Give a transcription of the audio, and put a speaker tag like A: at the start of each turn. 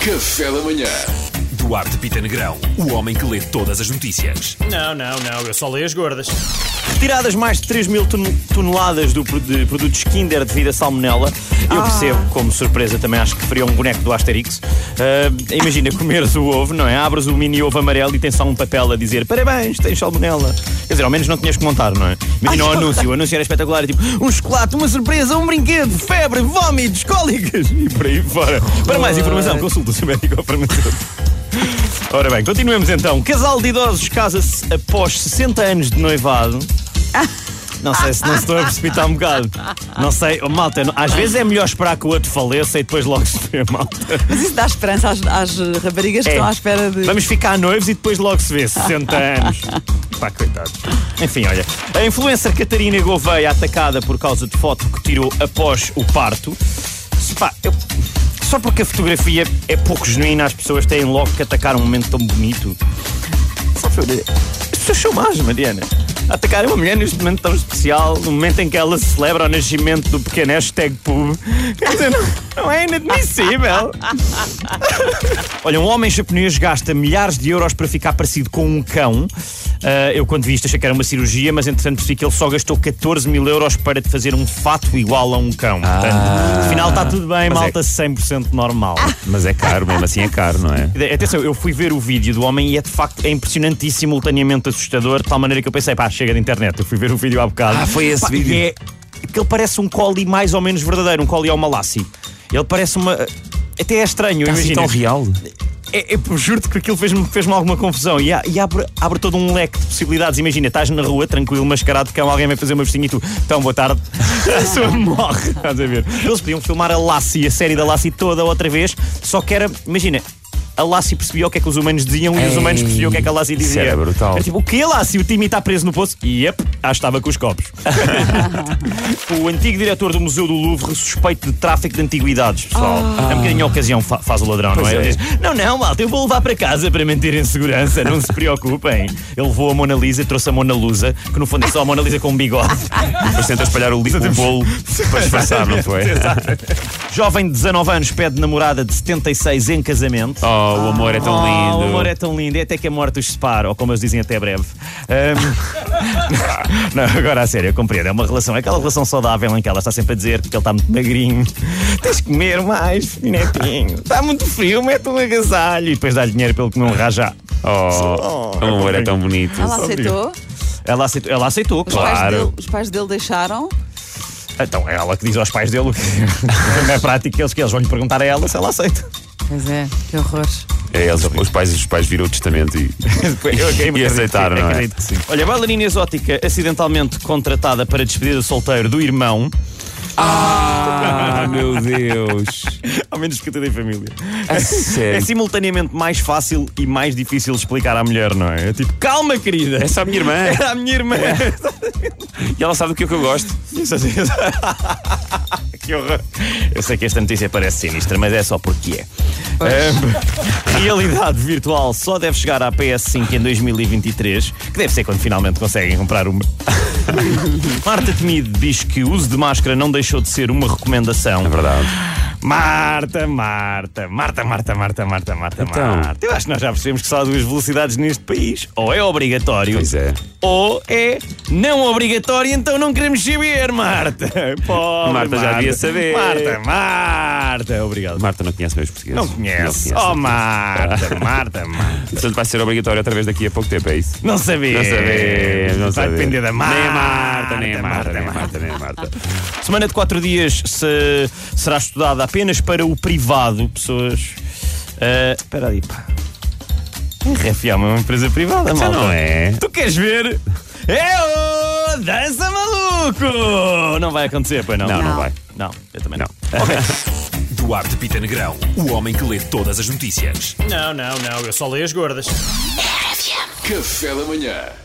A: Café da manhã.
B: Duarte Pita Negrão, o homem que lê todas as notícias.
C: Não, não, não, eu só leio as gordas.
D: Retiradas mais de 3 mil toneladas do, pro- de produtos Kinder devido à salmonela. Eu percebo, como surpresa, também acho que faria um boneco do Asterix. Ah, imagina comeres o ovo, não é? Abres o mini ovo amarelo e tens só um papel a dizer parabéns, tens salmonela. Quer dizer, ao menos não tinhas que montar, não é? Imagina o anúncio, o anúncio era espetacular, tipo um chocolate, uma surpresa, um brinquedo, febre, vómitos, cólicas e por aí fora. Para mais informação, consulta o seu médico ou farmacêutico. Ora bem, continuemos então. Casal de idosos casa-se após 60 anos de noivado. Não sei se não se estou a precipitar um bocado. Não sei, oh, malta, não- às vezes é melhor esperar que o outro faleça e depois logo se vê, malta.
E: Mas isso dá esperança às, às raparigas que
D: É.
E: estão à espera de.
D: Vamos ficar noivos e depois logo se vê, 60 anos. Pá, coitado. Enfim, olha. A influencer Catarina Gouveia atacada por causa de foto que tirou após o parto. Pá, eu- Só porque a fotografia é pouco genuína, as pessoas têm logo que atacar um momento tão bonito. Sabes, olha, as pessoas são más, Mariana. Atacar uma mulher neste momento tão especial, no momento em que ela celebra o nascimento do pequeno hashtag pub, Quer dizer, não, não é inadmissível. Olha, um homem japonês gasta milhares de euros para ficar parecido com um cão. Ah, eu, quando vi isto, achei que era uma cirurgia, mas entretanto percebi que ele só gastou 14 mil euros para te fazer um fato igual a um cão. Portanto, afinal está tudo bem, malta 100% normal.
B: Mas é caro, mesmo assim é caro, não
D: Ah,
B: é?
D: Atenção, eu fui ver o vídeo do homem e é de facto é impressionante e simultaneamente assustador, de tal maneira que eu pensei, pá, chega de internet. Eu fui ver o vídeo há bocado.
B: Ah, foi esse
D: Pá,
B: vídeo.
D: E é que ele parece um collie mais ou menos verdadeiro, um collie ao malassi. Ele parece uma. Até é estranho,
B: Está assim tão
D: imagina.
B: real.
D: É, é, pô, juro-te que aquilo fez-me fez alguma confusão e, a- e abre, abre todo um leque de possibilidades. Imagina, estás na rua, tranquilo, mascarado de cão, alguém vai fazer uma vestinha e tu, tão boa tarde, a pessoa morre. Estás a ver? Eles podiam filmar a Lassie, a série da Lassie toda outra vez, só que era, imagina. A Lassie percebia o que é que os humanos diziam e os
B: Ei,
D: humanos percebiam o que é que a Lassie
B: isso
D: dizia.
B: era brutal.
D: Era tipo, o que, Lassie? O time está preso no poço? E, yep, ah, estava com os copos. o antigo diretor do Museu do Louvre suspeito de tráfico de antiguidades, pessoal. É um bocadinho a ocasião fa- faz o ladrão, não é?
B: Ah. Pois
D: Ele
B: é.
D: diz, não, não, malta, eu vou levar para casa para manter em segurança, não se preocupem. Ele levou a Mona Lisa, trouxe a Mona Lusa, que no fundo é só a Mona Lisa com um bigode.
B: Depois tenta espalhar o, li- o bolo para disfarçar, não foi?
D: Jovem de 19 anos pede namorada de 76 em casamento.
B: Oh, o amor é tão
D: Oh,
B: lindo.
D: o amor é tão lindo, é até que a morte os separa, ou como eles dizem, até breve. Ahm, não, agora a sério, eu compreendo. É uma relação, é aquela relação saudável em que ela está sempre a dizer que ele está muito magrinho. Tens de comer mais, netinho. Está muito frio, mete um agasalho. E depois dá-lhe dinheiro pelo que não raja.
B: Oh, o amor é tão bonito.
D: Ah,
E: Ela aceitou.
D: Ela aceitou, ela aceitou
E: Os, pais
D: claro.
E: dele, os pais dele deixaram.
D: Então é ela que diz aos pais dele o que não é prático que eles, que eles vão lhe perguntar a ela se ela aceita.
E: Pois é, que horror.
B: É, eles- os, pais, os pais viram o testamento e, e aceitaram, não é?
D: Acredito que sim. Olha, bailarina exótica acidentalmente contratada para despedida de solteiro do irmão,
B: Ah, meu Deus.
D: ao menos que tudo em família.
B: A sério?
D: É simultaneamente mais fácil e mais difícil de explicar à mulher, não é? É tipo, calma, querida.
B: É só É. a minha irmã.
D: Era a minha irmã.
B: E ela sabe do que é que eu gosto.
D: Isso, assim, isso. que horror. Eu sei que esta notícia parece sinistra, mas é só porque é. Ahm, realidade virtual só deve chegar à PS5 em 2023, que deve ser quando finalmente conseguem comprar uma. Marta Temido diz que o uso de máscara não deixou de ser uma recomendação.
B: É verdade.
D: Marta, Marta, Marta, Marta, Marta, Marta, Marta,
B: Então?
D: Marta. Eu acho que nós já percebemos que só há duas velocidades neste país. Ou é obrigatório,
B: Pois é.
D: ou é não obrigatório, então não queremos saber, Marta. Pobre
B: Marta já devia saber.
D: Marta, Marta, obrigado.
B: Marta não conhece meus portugueses.
D: Não conhece.
B: Não
D: Oh, Marta, Marta, Marta.
B: Portanto, vai ser obrigatório outra vez daqui a pouco tempo, é isso?
D: Não sabia.
B: Não sabemos, não
D: Vai
B: sabemos.
D: depender da Marta.
B: Nem a É Marta, nem a Ah, Marta, nem a
D: Marta.
B: Marta, nem a Marta.
D: Semana de quatro dias se- será estudada apenas para o privado, pessoas. Ah, Espera aí, pá. RFA é uma empresa privada,
B: Então
D: malta.
B: não é?
D: Tu queres ver? É o Dança Maluco! Não vai acontecer, pois não?
B: Não, não vai.
D: Não, eu também não.
F: Duarte Pita Negrão, o homem que lê todas as notícias.
C: Não, não, não, eu só leio as gordas.
A: Café da manhã.